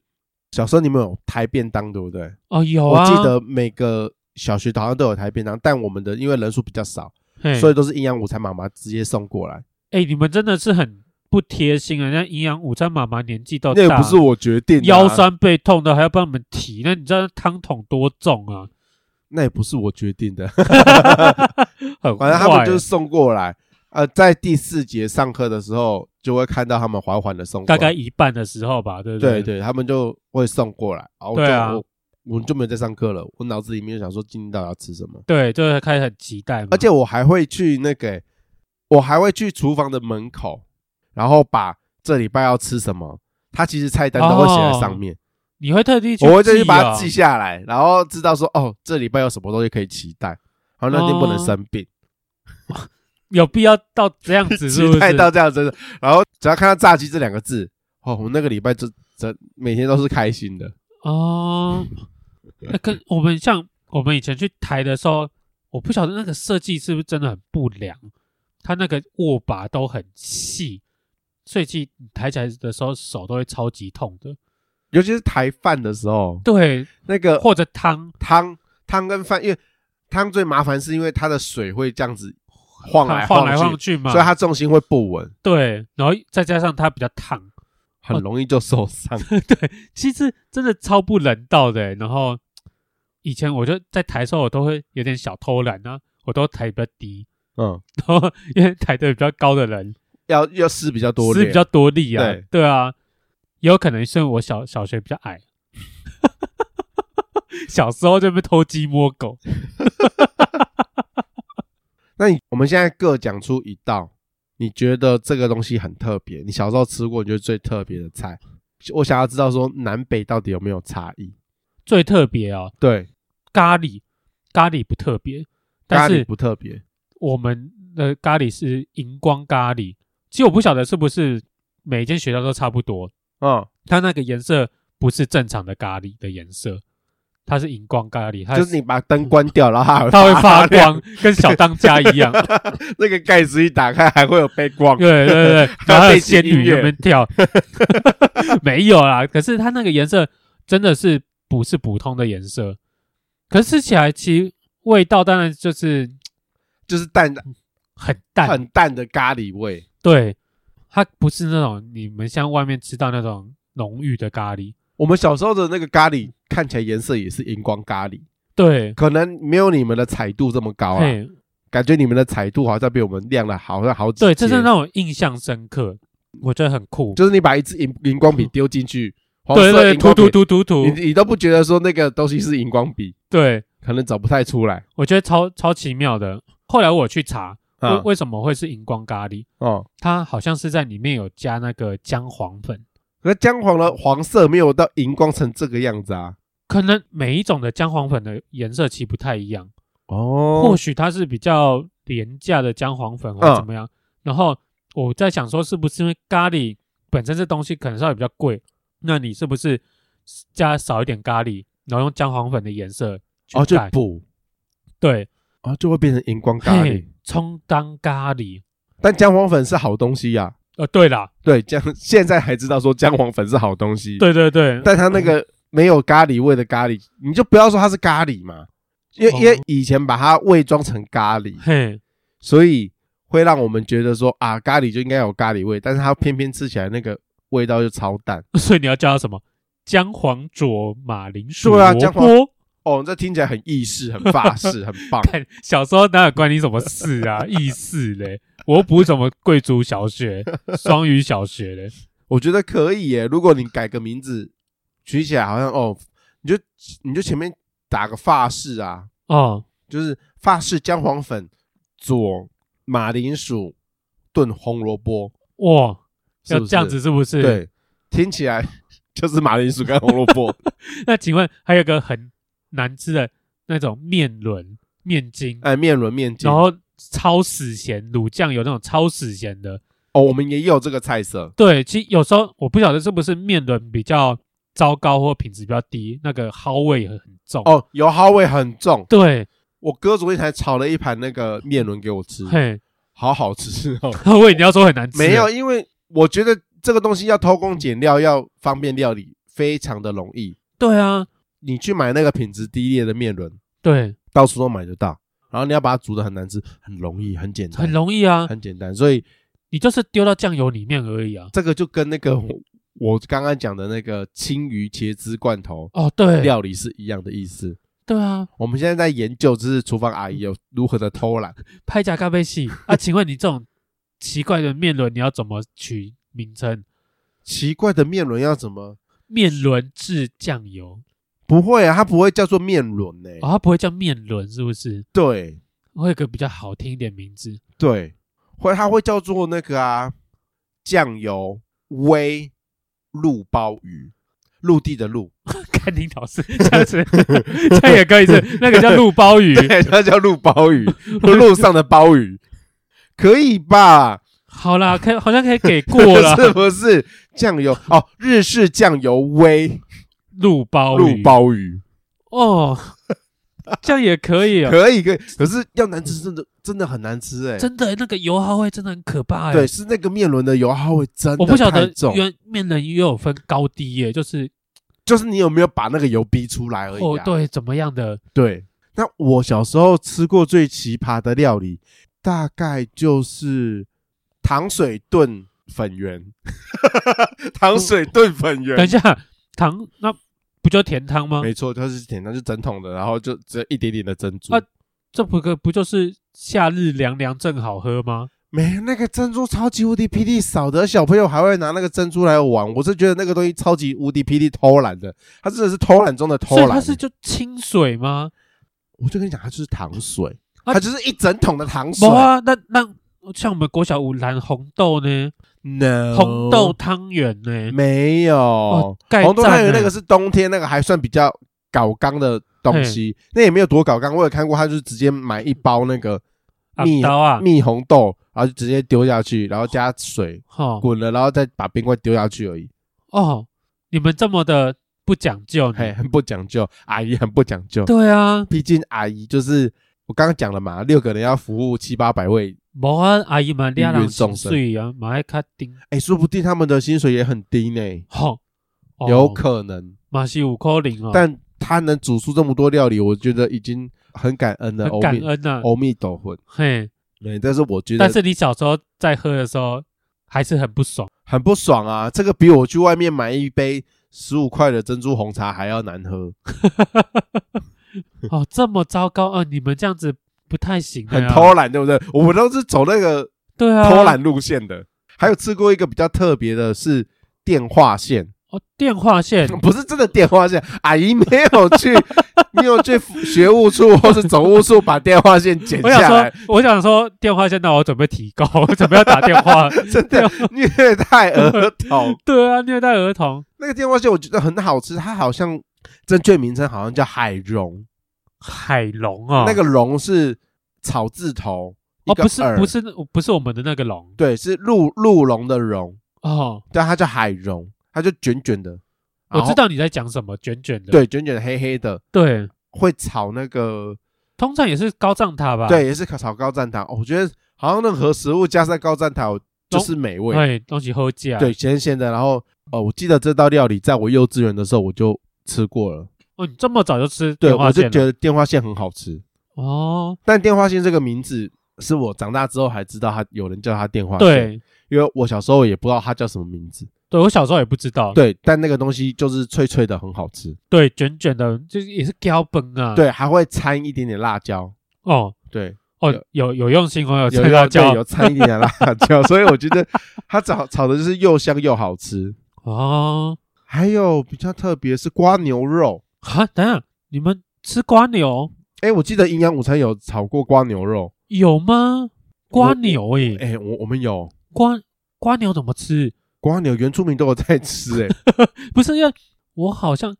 B: 小时候你们有抬便当对不对？
A: 哦，有
B: 我
A: 啊，
B: 记得每个小学好像都有抬便当，但我们的因为人数比较少，
A: 嘿
B: 所以都是营养午餐妈妈直接送过来。
A: 哎、你们真的是很不贴心啊！人家营养午餐妈妈年纪都
B: 那
A: 大，
B: 也不是我决定的啊、
A: 哦腰酸背痛的还要帮你们提，那你知道汤桶多重啊？
B: 那也不是我决 定的，
A: 很啊
B: 反正他们
A: 坏
B: 就是送过来。呃，在第四节上课的时候，就会看到他们缓缓的送过
A: 大
B: 来，
A: 概一半的时候吧，对不
B: 对
A: 对
B: 对，他们就会送过来。然后
A: 对啊
B: 就我我们就没有在上课了，我脑子里面就想说今天到底要吃什么，
A: 对，就是开始很期待嘛。
B: 而且我还会去那个、我还会去厨房的门口，然后把这礼拜要吃什么，他其实菜单都会写在上
A: 哦
B: 面，
A: 你会特地去、啊
B: 我会再去把它记。下来，然后知道说哦，这礼拜有什么东西可以期待，然后那天不能
A: 哦
B: 生病。
A: 有必要到这样 子哦是不
B: 期
A: 是？
B: 待到这样真的。然后只要看到炸鸡这两个字，哦，我们那个礼拜就真每天都是开心的。
A: 哦，那跟我们像我们以前去台的时候，我不晓得那个设计是不是真的很不良，它那个握把都很细，所以其实你抬起来的时候手都会超级痛的。
B: 尤其是台饭的时候，
A: 对，
B: 那个
A: 或者汤
B: 汤汤跟饭，因为汤最麻烦是因为它的水会这样子晃来
A: 晃来
B: 晃
A: 晃
B: 去，
A: 去嘛，哦
B: 所以它重心会不稳，
A: 对，然后再加上它比较烫，
B: 很容易就受伤。
A: 其实真的超不人道的欸。然后以前我就在台的时候，我都会有点小偷懒啊，我都抬比较低，
B: 嗯，
A: 然后因为抬的比较高的人
B: 要要吃比较多
A: 是
B: 量，
A: 比较多力啊，
B: 对
A: 啊，也有可能是我小小学比较矮， 小时候就被偷鸡摸狗，
B: 那你我们现在各讲出一道，你觉得这个东西很特别，你小时候吃过你觉得最特别的菜，我想要知道说南北到底有没有差异？
A: 最特别哦，
B: 对，
A: 咖喱，咖喱不特别，但
B: 咖
A: 是
B: 喱不特别，
A: 我们的咖喱是荧光咖喱，其实我不晓得是不是每一间学校都差不多，
B: 嗯，
A: 它那个颜色不是正常的咖喱的颜色，它是荧光咖喱，它
B: 就是你把灯关掉，然后它
A: 它会发
B: 亮，
A: 光，跟小当家一 样。
B: 那个盖子一打开还会有背光，
A: 对对对，
B: 还有
A: 然后还有
B: 背景
A: 仙
B: 音
A: 女
B: 乐
A: 在那边跳， 没有啦。可是它那个颜色真的是不是普通的颜色，可是吃起来其实味道当然就是
B: 就是淡
A: 很淡，
B: 很淡的咖喱味，
A: 对，它不是那种你们像外面吃到那种浓郁的咖喱，
B: 我们小时候的那个咖喱看起来颜色也是荧光咖喱，
A: 对，
B: 可能没有你们的彩度这么高啊，
A: 嘿，
B: 感觉你们的彩度好像比我们亮了好像好几
A: 对，这
B: 阶
A: 是让我印象深刻，我觉得很酷。
B: 就是你把一支荧荧光笔丢进去，黄
A: 对
B: 色
A: 对，
B: 荧
A: 涂
B: 光
A: 涂
B: 笔，
A: 涂涂涂，
B: 你你都不觉得说那个东西是荧光笔，
A: 对
B: 可能找不太出来
A: 我觉得超超奇妙的。后来我去查，为、
B: 啊，
A: 为什么会是荧光咖喱？
B: 哦，
A: 它好像是在里面有加那个姜黄粉，
B: 可是姜黄的黄色没有到荧光成这个样子啊，
A: 可能每一种的姜黄粉的颜色其实不太一样，
B: 哦嗯
A: 或许它是比较廉价的姜黄粉或者怎么样。然后我在想说，是不是因为咖喱本身这东西可能稍微比较贵，那你是不是加少一点咖喱，然后用姜黄粉的颜色去
B: 哦，就
A: 盖
B: 补
A: 对
B: 哦，就会变成荧光咖喱
A: 嘿。充当咖喱。
B: 但姜黄粉是好东西呀、
A: 呃，对啦，
B: 对，姜现在还知道说姜黄粉是好东西，，
A: 对对对，
B: 但它那
A: 嗯
B: 个没有咖喱味的咖喱，你就不要说它是咖喱嘛，因为、
A: 哦
B: 因为以前把它伪装成咖喱，
A: 嘿，
B: 所以会让我们觉得说啊，咖喱就应该有咖喱味，但是它偏偏吃起来那个味道就超淡。
A: 所以你要叫它什么？姜黄佐马铃薯
B: 对啊
A: 萝
B: 姜黄
A: 卜。
B: 哦，这听起来很意式，很法式，很棒。
A: 看小时候哪有关你什么事啊？意思嘞，我又不是什么贵族小 学、双语小学嘞，
B: 我觉得可以耶，如果你改个名字，取起来好像哦，你就你就前面打个法式啊，
A: 哦，
B: 就是法式姜黄粉、佐马铃薯炖红萝卜，
A: 哇，
B: 是
A: 要
B: 不是
A: 这样子是不是？。
B: 对，听起来 就是马铃薯跟红萝 卜。
A: 那请问还有一个很难吃的那种面轮、面筋，
B: 哎，面轮面筋，
A: 然后超死咸卤酱有那种超死咸的。
B: 哦，我们也有这个菜色，
A: 对，其实有时候我不晓得是不是面轮比较糟糕或品质比较低，那个蒿味很重。，
B: 哦，油蒿味很重。
A: 对，
B: 我哥昨天才炒了一盘那个面轮给我吃，
A: 嘿，
B: 好好吃 哦。
A: 蒿味你要说很难吃，
B: 没有，因为我觉得这个东西要偷工减料，要方便料理，非常的容易。
A: 对啊，
B: 你去买那个品质低劣的面轮，
A: 对，
B: 到处都买得到，然后你要把它煮的很难吃，很容易，很简单，
A: 很容易啊，
B: 很简单。所以
A: 你就是丢到酱油里面而已啊。
B: 这个就跟那个我我刚刚讲的那个青鱼茄汁罐头
A: 哦，对，
B: 料理是一样的意思。
A: 对啊，
B: 我们现在在研究，就是厨房
A: 嗯
B: 阿姨有如何的偷懒。
A: 拍假咖啡 戏啊？请问你这种奇怪的面轮，你要怎么取名称？
B: 奇怪的面轮要怎么？
A: 面轮制酱油
B: 不会啊，它不会叫做面轮呢、
A: 哦，它不会叫面轮，是不是？
B: 对
A: 会有一个比较好听一点名字
B: 对，会它会叫做那个啊，酱油微陆鲍鱼，陆地的陆，
A: 看你老师这样 子，这样也可以是那个叫鹿鲍鱼，
B: 对，它叫陆鲍 鱼，路上的鲍鱼，可以吧？
A: 好啦，可以好像可以给 过啦。
B: 是不是酱油？哦，日式酱油微
A: 鹿包
B: 陆鲍鱼，
A: 哦，这样也可以哦。
B: 可以可以，可是要难吃真的真的很难吃哎、
A: 真的，那个油耗味真的很可怕哎。
B: 对，，是那个面轮的油耗会真的
A: 我不晓
B: 太
A: 得
B: 重，
A: 原面人也有分高低耶，就是
B: 就是你有没有把那个油逼出来而已、啊。
A: 哦对怎么样的
B: 对，那我小时候吃过最奇葩的料理，大概就是糖水炖 粉圆，糖水炖粉
A: 等一
B: 圆。
A: 下，啊糖那不就甜汤吗？
B: 没错，它是简单，就整桶的，然后就只有一点点的珍珠。
A: 啊这不个不就是夏日凉凉正好喝吗？
B: 没那个珍珠超级无敌霹雳少的，小朋友还会拿那个珍珠来玩。我是觉得那个东西超级无敌霹雳偷懒的，它真的是偷懒中的偷
A: 所以它
B: 懒。欸
A: 是就清水吗？
B: 我就跟你讲，它就是糖水，
A: 啊
B: 它就是一整桶的糖水
A: 没。啊，那那像我们国小五兰红豆呢，
B: no，
A: 红豆汤圆呢，
B: 没有，
A: 哦盖
B: 嗯红豆
A: 赞
B: 汤圆
A: 欸
B: 那个是冬天那个还算比较搞刚的东西，那也没有多搞刚。我有看过，他就是直接买一包那个
A: 啊
B: 蜜
A: 刀啊，
B: 蜜红豆，然后就直接丢下去，然后加水
A: 哈
B: 滚了，然后再把冰块丢下去而已。
A: 哦，你们这么的不讲究
B: 嘿，哦
A: 呢？
B: 很不讲究，阿姨很不讲究。
A: 对啊，
B: 毕竟阿姨就是我刚刚讲了嘛，六个人要服务七八百位，
A: 无啊，阿姨嘛，你啊
B: 芸芸
A: 人
B: 众
A: 心
B: 生
A: 碎啊，嘛爱较丁
B: 哎，说不定他们的薪水也很低呢，
A: 吼，哦嗯
B: 有可能。
A: 嘛是有可能哦，
B: 但他能煮出这么多料理，我觉得已经很感恩了。
A: 很
B: 欧
A: 感
B: 米
A: 恩呐，
B: 欧米斗魂，
A: 嘿，
B: 对，但是我觉
A: 但
B: 得
A: 是你小时候在喝的时候还是很不爽，
B: 很不爽啊，这个比我去外面买一杯十五块的珍珠红茶还要难喝，
A: 哦，这么糟糕啊，你们这样子不太行的
B: 很
A: 呀，
B: 偷懒，对不对？我们都是走那个
A: 啊对啊，
B: 偷懒路线的。还有吃过一个比较特别的是电话线，
A: 哦，电话 线
B: 不是真的电话线，阿姨没有 去，没有去学务处或是总务处把电话线剪
A: 我想
B: 下来，
A: 说，我想说电话线，那我准备提高， 我准备要打电 话。
B: 真的虐待儿童。
A: 对啊，虐待儿童，
B: 那个电话线我觉得很好吃，它好像正确名称好像叫海茸，
A: 海龙啊、
B: 那个茸是草字头，
A: 哦，不是不
B: 是，
A: 是不是我们的那个龙
B: 对，是鹿鹿茸的茸，
A: 哦，
B: 但它叫海茸，它就卷卷的，
A: 我
B: 然后
A: 知，道你在讲什么，卷卷的。
B: 对，卷卷的黑黑的，
A: 对，
B: 会炒那个，
A: 通常也是高涨塔吧？哎
B: 对，也是炒高赞糖、哦我觉得好像任何食物加上高赞糖就是美味，
A: 哎，东西喝价。
B: 对，，咸咸的。然后呃，我记得这道料理在我幼稚园的时候我就吃过了，
A: 哦，你这么早就吃
B: 对，
A: 电话
B: 我就
A: 线啊
B: 觉
A: 了？
B: 得电话线很好吃。
A: 哦，
B: 但电话线这个名字是我长大之后还知道它，有人叫它电话线。，
A: 对
B: 因为我小时候也不知道它叫什么名字。
A: 对，我小时候也不知道。
B: 对，但那个东西就是脆脆的，很好吃。
A: 对，卷卷的，就是也是胶本啊。
B: 对，还会掺一点点辣椒。
A: 哦
B: 对，
A: 哦，有有用心哦，有
B: 有
A: 吃辣
B: 对
A: 椒
B: 有掺一点点辣椒，所以我觉得它炒炒的就是又香又好吃。
A: 哦。
B: 还有比较特别是瓜牛肉，
A: 啊，等一下你们吃瓜牛
B: 哎，我记得营养午餐有炒过瓜牛肉。
A: 有吗？瓜牛诶、
B: 哎，我我们有
A: 瓜瓜牛怎么吃？
B: 瓜牛，原住民都有 在吃。哎，
A: 不是因为我好像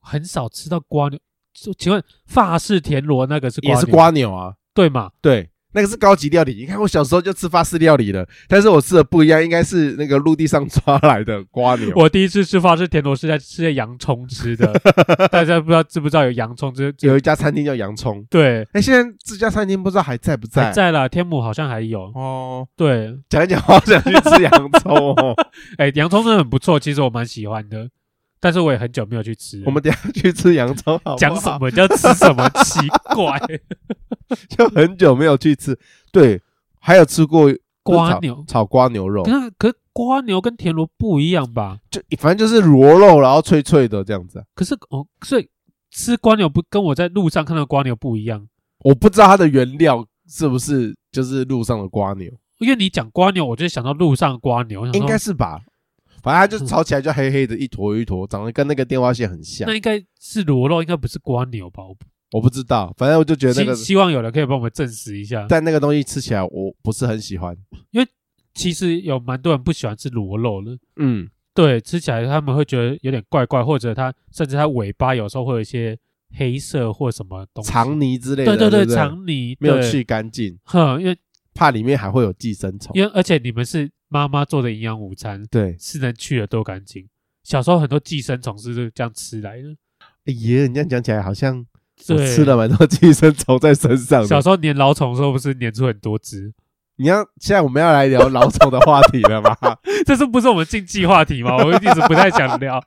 A: 很少吃到瓜牛。就请问法式田螺那个是
B: 也
A: 牛
B: 是瓜牛啊。
A: 对嘛？
B: 对，那个是高级料理。你看我小时候就吃法式料理了，但是我吃的不一样，应该是那个陆地上抓来的瓜牛。
A: 我第一次吃法式田螺是在吃在洋葱吃 的，大家不知道知不知道有洋葱这
B: 有一家餐厅叫洋葱，
A: 对
B: 哎，现在这家餐厅不知道还在不在？
A: 还在啦，天母好像还有。
B: 哦。
A: 对，
B: 讲一讲，好想去吃洋葱哦。
A: 哎、洋葱真的很不错，其实我蛮喜欢的，但是我也很久没有去吃了。
B: 我们等一下去吃洋葱好不好
A: 讲什？么叫吃什么， 奇怪。
B: 就很久没有去吃。对，还有吃过
A: 瓜牛，
B: 炒瓜牛肉，
A: 那可是瓜牛跟田螺不一样吧？
B: 就反正就是螺肉，然后脆脆的这样子啊。
A: 可是哦，所以吃瓜牛不跟我在路上看到瓜牛不一样，
B: 我不知道它的原料是不是就是路上的瓜牛，
A: 因为你讲瓜牛，我就想到路上瓜牛，我想说
B: 应该是吧？反正它
A: 嗯
B: 就是炒起来就黑黑的，一坨一坨，长得跟那个电话线很像
A: 那。应该是螺肉，应该不是瓜牛吧？我不
B: 我不知道，反正我就觉得那
A: 希
B: 个，
A: 希望有人可以帮我们证实一下。
B: 但那个东西吃起来我不是很喜欢。
A: 其实有蛮多人不喜欢吃螺肉的，
B: 嗯，
A: 对，吃起来他们会觉得有点怪怪，或者它甚至它尾巴有时候会有一些黑色或什么东西。
B: 肠泥之类的，
A: 对对，
B: 对不
A: 肠泥
B: 没有
A: 对
B: 去干净，
A: 哼，因为
B: 怕里面还会有寄生虫。
A: 因为而且你们是妈妈做的营养午餐，
B: 对，
A: 是能去的都干净。小时候很多寄生虫是这样吃来的，
B: 哎爷，你这样讲起来好像我
A: 对，
B: 吃了。蛮多 寄生虫在身上
A: 小
B: 的。
A: 时候粘老虫的时候，不是粘出很多只？
B: 你要现在我们要来聊老虫的话题了 吗？
A: 这是不是我们禁忌话题吗？我一直不太想聊。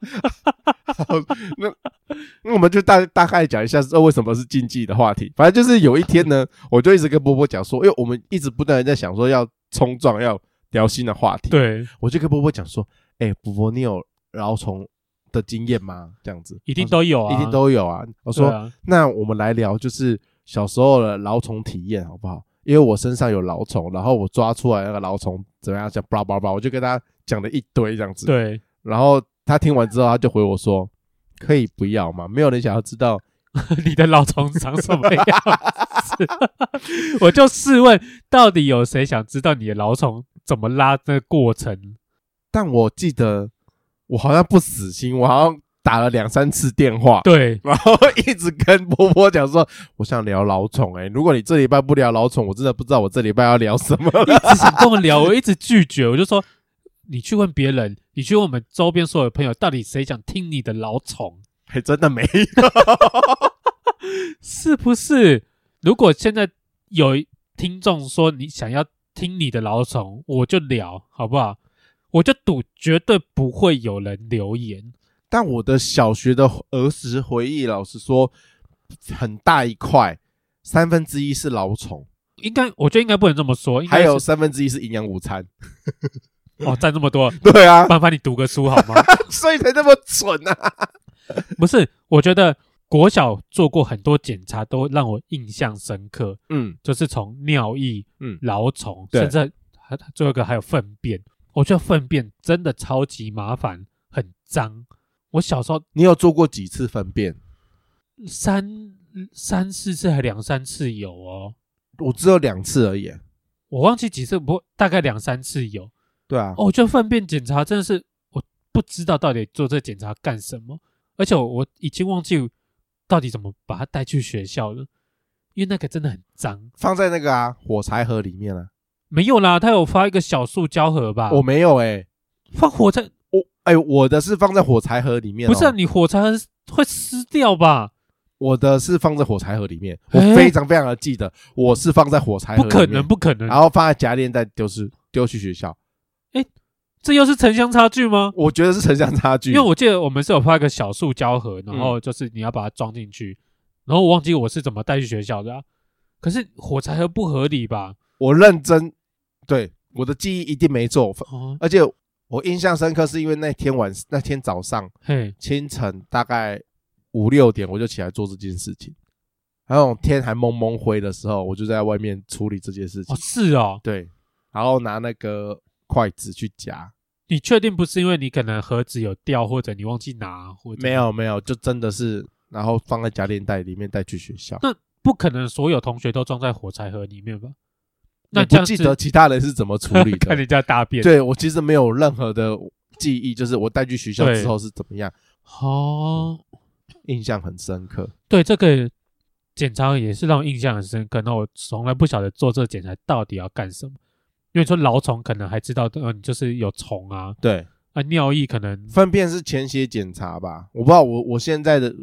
B: 那我们就大大概讲一下呃这为什么是禁忌的话题。反正就是有一天 呢，我就一直跟波波讲说，因为我们一直不断的在想说要冲撞，要聊新的话题。，
A: 对，
B: 我就跟波波讲说，哎、波波，你有老虫的经验吗？这样子，
A: 一定都有
B: 他
A: 啊，
B: 说、一定都有啊。我
A: 对
B: 说，
A: 啊。
B: 那我们来聊就是小时候的老虫体验好不好？因为我身上有老虫，然后我抓出来那个老虫怎么样讲，叭叭叭，我就跟他讲了一堆这样子。
A: 对，
B: 然后他听完之后，他就回我说：“可以不要吗？没有人想要知道。
A: 你的老虫长什么样子？ 我就试问，到底有谁想知道你的老虫怎么拉的过程？”
B: 但我记得我好像不死心，我好像打了两三次电话，
A: 对，
B: 然后一直跟波波讲说：“我想聊老宠，哎，如果你这礼拜不聊老宠，我真的不知道我这礼拜要聊什么了。
A: 一直想跟我聊，我一直拒绝，我就说你去问别人，你去问我们周边所有朋友，到底谁想听你的老虫？”
B: 还真的没有，
A: 是不是？如果现在有听众说你想要听你的老虫，我就聊，好不好？我就赌绝对不会有人留言。
B: 但我的小学的儿时回忆，老实说，很大一块，三分之一是老宠，
A: 应该，我觉得应该不能这么说。应该
B: 还有
A: 是
B: 三分之一是营养 午餐。
A: 哦，占这么多，
B: 对啊，
A: 麻烦你读个书好吗？
B: 所以才那么蠢啊！
A: 不是，我觉得国小做过很多检查，都让我印象深刻，
B: 嗯
A: 就是从尿液、
B: 嗯，
A: 老虫，
B: 对
A: 甚至还最后一个还有粪便。我觉得粪便真的超级麻烦，很脏。我小时候
B: 你有做过几次粪便？
A: 三三四次还两三次有哦，
B: 我只有两次而已。
A: 我忘记几次，不过大概两三次有。
B: 对啊，
A: 哦，我觉得粪便检查真的是我不知道到底做这检查干什么，而且我我已经忘记到底怎么把它带去学校了，因为那个真的很脏。
B: 放在那个啊火柴盒里面啊。
A: 没有啦，他有发一个小塑胶盒吧？
B: 我没有哎、
A: 放火柴
B: 我哎、我的是放在火柴盒里面、哦
A: 不是、啊、，你火柴盒会湿掉吧？
B: 我的是放在火柴盒里面，我
A: 哎
B: 非常非常的记得，我是放在火柴盒
A: 不
B: 里面，
A: 可能，不可能！
B: 然后放在夹链袋丢是丢去学校，
A: 这又是城乡差距吗？
B: 我觉得是城乡差距，嗯
A: 因为我记得我们是有发一个小塑胶盒，然后就是你要把它装进去，然后我忘记我是怎么带去学校的、啊。可是火柴盒不合理吧？
B: 我认真，对我的记忆一定没错，
A: 哦，
B: 而且我印象深刻是因为那天晚那天早上
A: 嘿，
B: 清晨大概五六点我就起来做这件事情，然后天还蒙蒙灰的时候，我就在外面处理这件事情。
A: 哦是哦，
B: 对，然后拿那个筷子去夹，
A: 你确定不是因为你可能盒子有掉，或者你忘记拿，或者
B: 没？有没有，就真的是，然后放在夹链袋里面带去学校。
A: 那不可能所有同学都装在火柴盒里面吧？那
B: 我
A: 这
B: 不
A: 样
B: 记
A: 是
B: 得其他人是怎么处理
A: 看
B: 的
A: 人，家大便。，
B: 对我其实没有任何的记忆，就是我带去学校
A: 对
B: 之后是怎么样，
A: 哦，
B: 印象很深刻。
A: 对，这个检查也是让我印象很深刻。那我从来不晓得做这个检查到底要干什么，因为说老虫可能还知道，呃，你就是有虫啊，
B: 对，
A: 啊，尿液可能
B: 粪便是前血检查吧？我不知道，我我现在的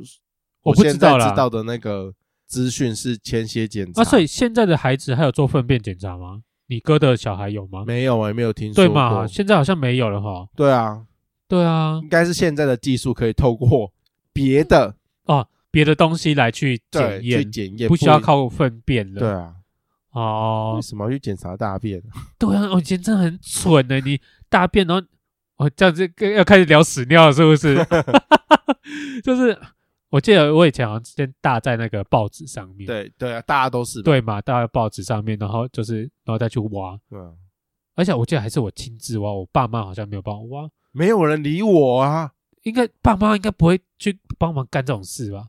A: 我不
B: 现
A: 知
B: 在
A: 道
B: 知
A: 啦。
B: 道的那个资讯是前血检查，
A: 啊，所以现在的孩子还有做粪便检查吗？你哥的小孩有吗？
B: 没有我也没有听说
A: 对
B: 过。
A: 嘛？现在好像没有了哈。
B: 对啊，
A: 对啊，
B: 应该是现在的技术可以透过别 的
A: 哦，别的东西来去
B: 对
A: 检
B: 去
A: 验，
B: 检验，
A: 不需要靠粪便了。
B: 对啊，
A: 哦
B: 为，什么要去检查大便？
A: 对啊，我以前真的很蠢的、你大便然后我这样子跟要开始聊屎尿了是不 是？就是我记得我以前好像先大在那个报纸上面，
B: 对 对啊，大家都是吧
A: 对嘛，大在报纸上面，然后就是然后再去挖，
B: 对啊，
A: 而且我记得还是我亲自挖，我爸妈好像没有帮我挖，
B: 没有人理我啊。
A: 应该爸妈应该不会去帮忙干这种事吧？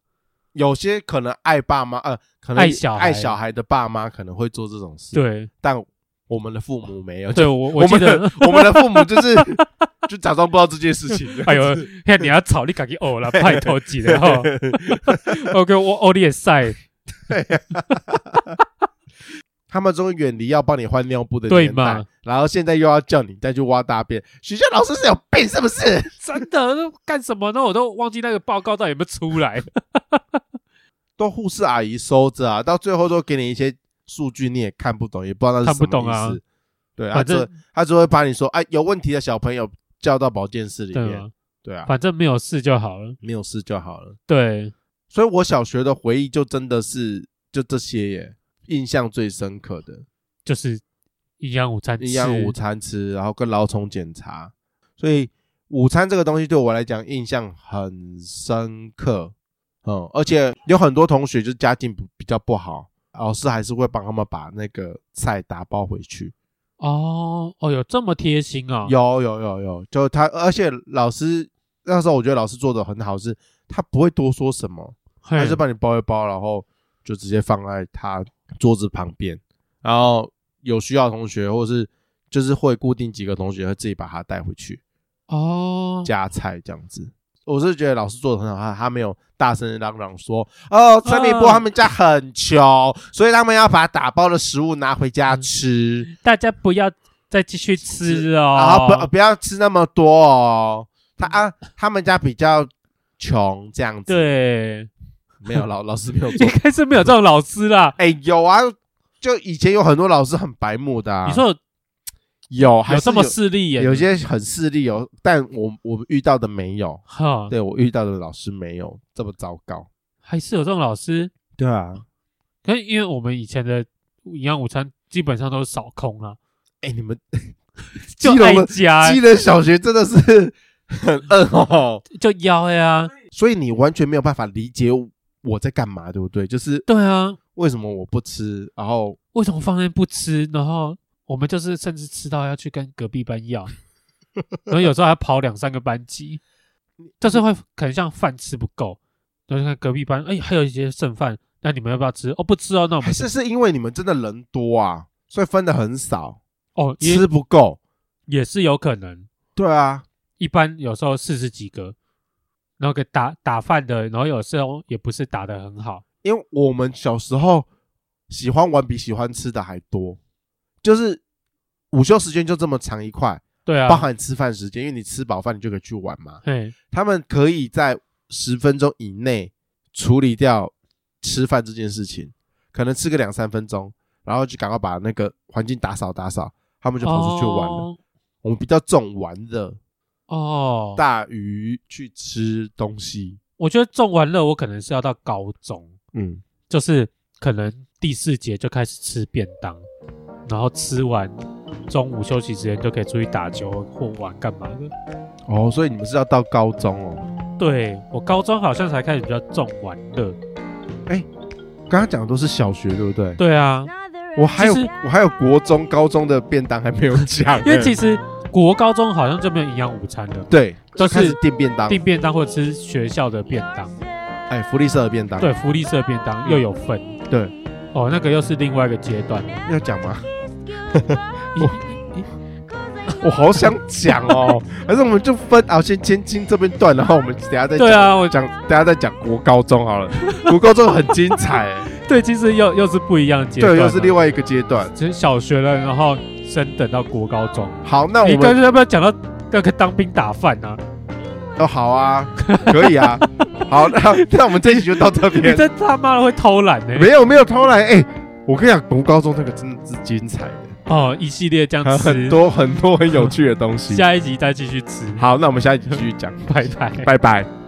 B: 有些可能爱爸妈，呃，可能
A: 爱小孩
B: 爱小孩的爸妈可能会做这种事，，
A: 对，
B: 但我们的父母没有，
A: 对我
B: 我
A: 我记
B: 们 的
A: 得，
B: 我们的父母就是 就假装不知道这件事情。
A: 哎呦，看你要吵，你赶紧 呕了，拜托几然后，OK，我哦呕你也晒，
B: 他们终于远离要帮你换尿布的
A: 对
B: 年代
A: 嘛，
B: 然后现在又要叫你再去挖大便，学校老师是有病是不是？
A: 真的那干什么呢？我都忘记那个报告到底有没有出来。
B: 都护士阿姨收着啊，到最后都给你一些数据，你也看不懂，也不知道那是什
A: 看不懂
B: 么
A: 啊
B: 意思。对，他
A: 反
B: 只
A: 正
B: 他只会把你说，哎，有问题的小朋友叫到保健室里
A: 对
B: 面。
A: 嘛，
B: 对啊，
A: 反正没有事就好了。
B: 没有事就好了。
A: 对，
B: 所以我小学的回忆就真的是就这些耶，印象最深刻的。
A: 就是营养午餐吃，
B: 营养午餐吃，然后跟劳虫检查，所以午餐这个东西对我来讲印象很深刻。嗯，而且有很多同学就家境不比较不好，老师还是会帮他们把那个菜打包回去。
A: 哦哦，有这么贴心啊？
B: 有有有有，就他，而且老师那时候我觉得老师做的很好，是他不会多说什么，
A: 嘿，
B: 他就帮你包一包，然后就直接放在他桌子旁边，然后有需要的同学或是就是会固定几个同学会自己把它带回去
A: 哦，
B: 加菜这样子。我是觉得老师做的很好，他他没有大声嚷嚷说哦，陈立波
A: 啊
B: 他们家很穷，所以他们要把打包的食物拿回家
A: 嗯
B: 吃，
A: 大家不要再继续吃哦。
B: 然后啊不不要吃那么多哦。他啊，他们家比较穷这样子，，
A: 对，
B: 没有老老师没有做
A: 应该是没有这种老师啦。
B: 哎、有啊，就以前有很多老师很白目的、啊。
A: 你说
B: 有
A: 有
B: 还
A: 有
B: 是
A: 这么势利眼？
B: 有些很势利有，但我我遇到的没有，
A: 哈，
B: 对我遇到的老师没有这么糟糕。
A: 还是有这种老师。
B: 对啊，
A: 可是因为我们以前的营养午餐基本上都是少空啦，
B: 哎、你们
A: 就
B: 基隆
A: 爱
B: 的
A: 家
B: 基隆小学真的是 很饿哦，
A: 就腰呀，
B: 所以你完全没有办法理解我在干嘛，对不对？就是
A: 对啊，
B: 为什么我不吃，然后
A: 为什么放任不吃？然后我们就是甚至吃到要去跟隔壁班 要，然后有时候还跑两三个班级，就是会可能像饭吃不够，然后就看隔壁班，哎，还有一些剩饭，那你们要不要吃？哦，不吃哦，那我
B: 还
A: 们
B: 是是因为你们真的人多啊，所以分的很少，
A: 哦，也
B: 吃不够。
A: 也是有可能，
B: 对啊，
A: 一般有时候四十几个，然后给打打饭的，然后有时候也不是打的很好，
B: 因为我们小时候喜欢玩比喜欢吃的还多，就是午休时间就这么长一块，
A: 对
B: 包
A: 啊，
B: 含吃饭时间，因为你吃饱饭你就可以去玩嘛。
A: 嘿，
B: 他们可以在十分钟以内处理掉吃饭这件事情，可能吃个两三分钟，然后就赶快把那个环境打扫打扫，他们就跑出去玩了。
A: 哦
B: 我们比较重玩的，
A: 哦，
B: 大于去吃东西。
A: 我觉得种完了，我可能是要到高中。
B: 嗯，
A: 就是可能第四节就开始吃便当，然后吃完中午休息时间就可以出去打球或玩干嘛的。
B: 哦，所以你们是要到高中哦。
A: 对我高中好像才开始比较重玩乐。
B: 刚刚讲的都是小学，对不对？
A: 对啊，
B: 我还有
A: 其实
B: 我还有国中、高中的便当还没有讲 呢，
A: 因为其实国高中好像就没有营养午餐了，
B: 对，
A: 都
B: 开
A: 是
B: 始订便当，
A: 订便当或者吃学校的便当，
B: 哎，福利社的便当，
A: 对，福利社便
B: 啊
A: 当又有份
B: 对，
A: 哦，那个又是另外一个阶段。
B: 要讲吗？
A: 我
B: 我好想讲哦，还是 我们就分啊，先先听这边段，然后我们等下再
A: 对
B: 讲，
A: 啊，我
B: 讲等下再讲国高中好了，国高中很精彩，欸
A: 对，其实又又是不一样的阶段
B: 对，
A: 了，
B: 又是另外一个阶段。
A: 只是小学了，然后升等到国高中。
B: 好，那
A: 你
B: 我
A: 刚
B: 们
A: 才要不要讲到那个当兵打饭呢、啊？
B: 哦，好啊，可以啊，好，那 那我们这一集就到这
A: 你
B: 边，
A: 这他妈的会偷懒欸呢、
B: 没有没有偷懒，哎，我跟你讲，国高中那个真的是精彩的。
A: 哦，一系列这样
B: 很
A: 吃，
B: 很多很多很有趣的东西。
A: 下一集再继续吃。
B: 好，那我们下一集继续讲，
A: 拜拜。
B: 拜拜。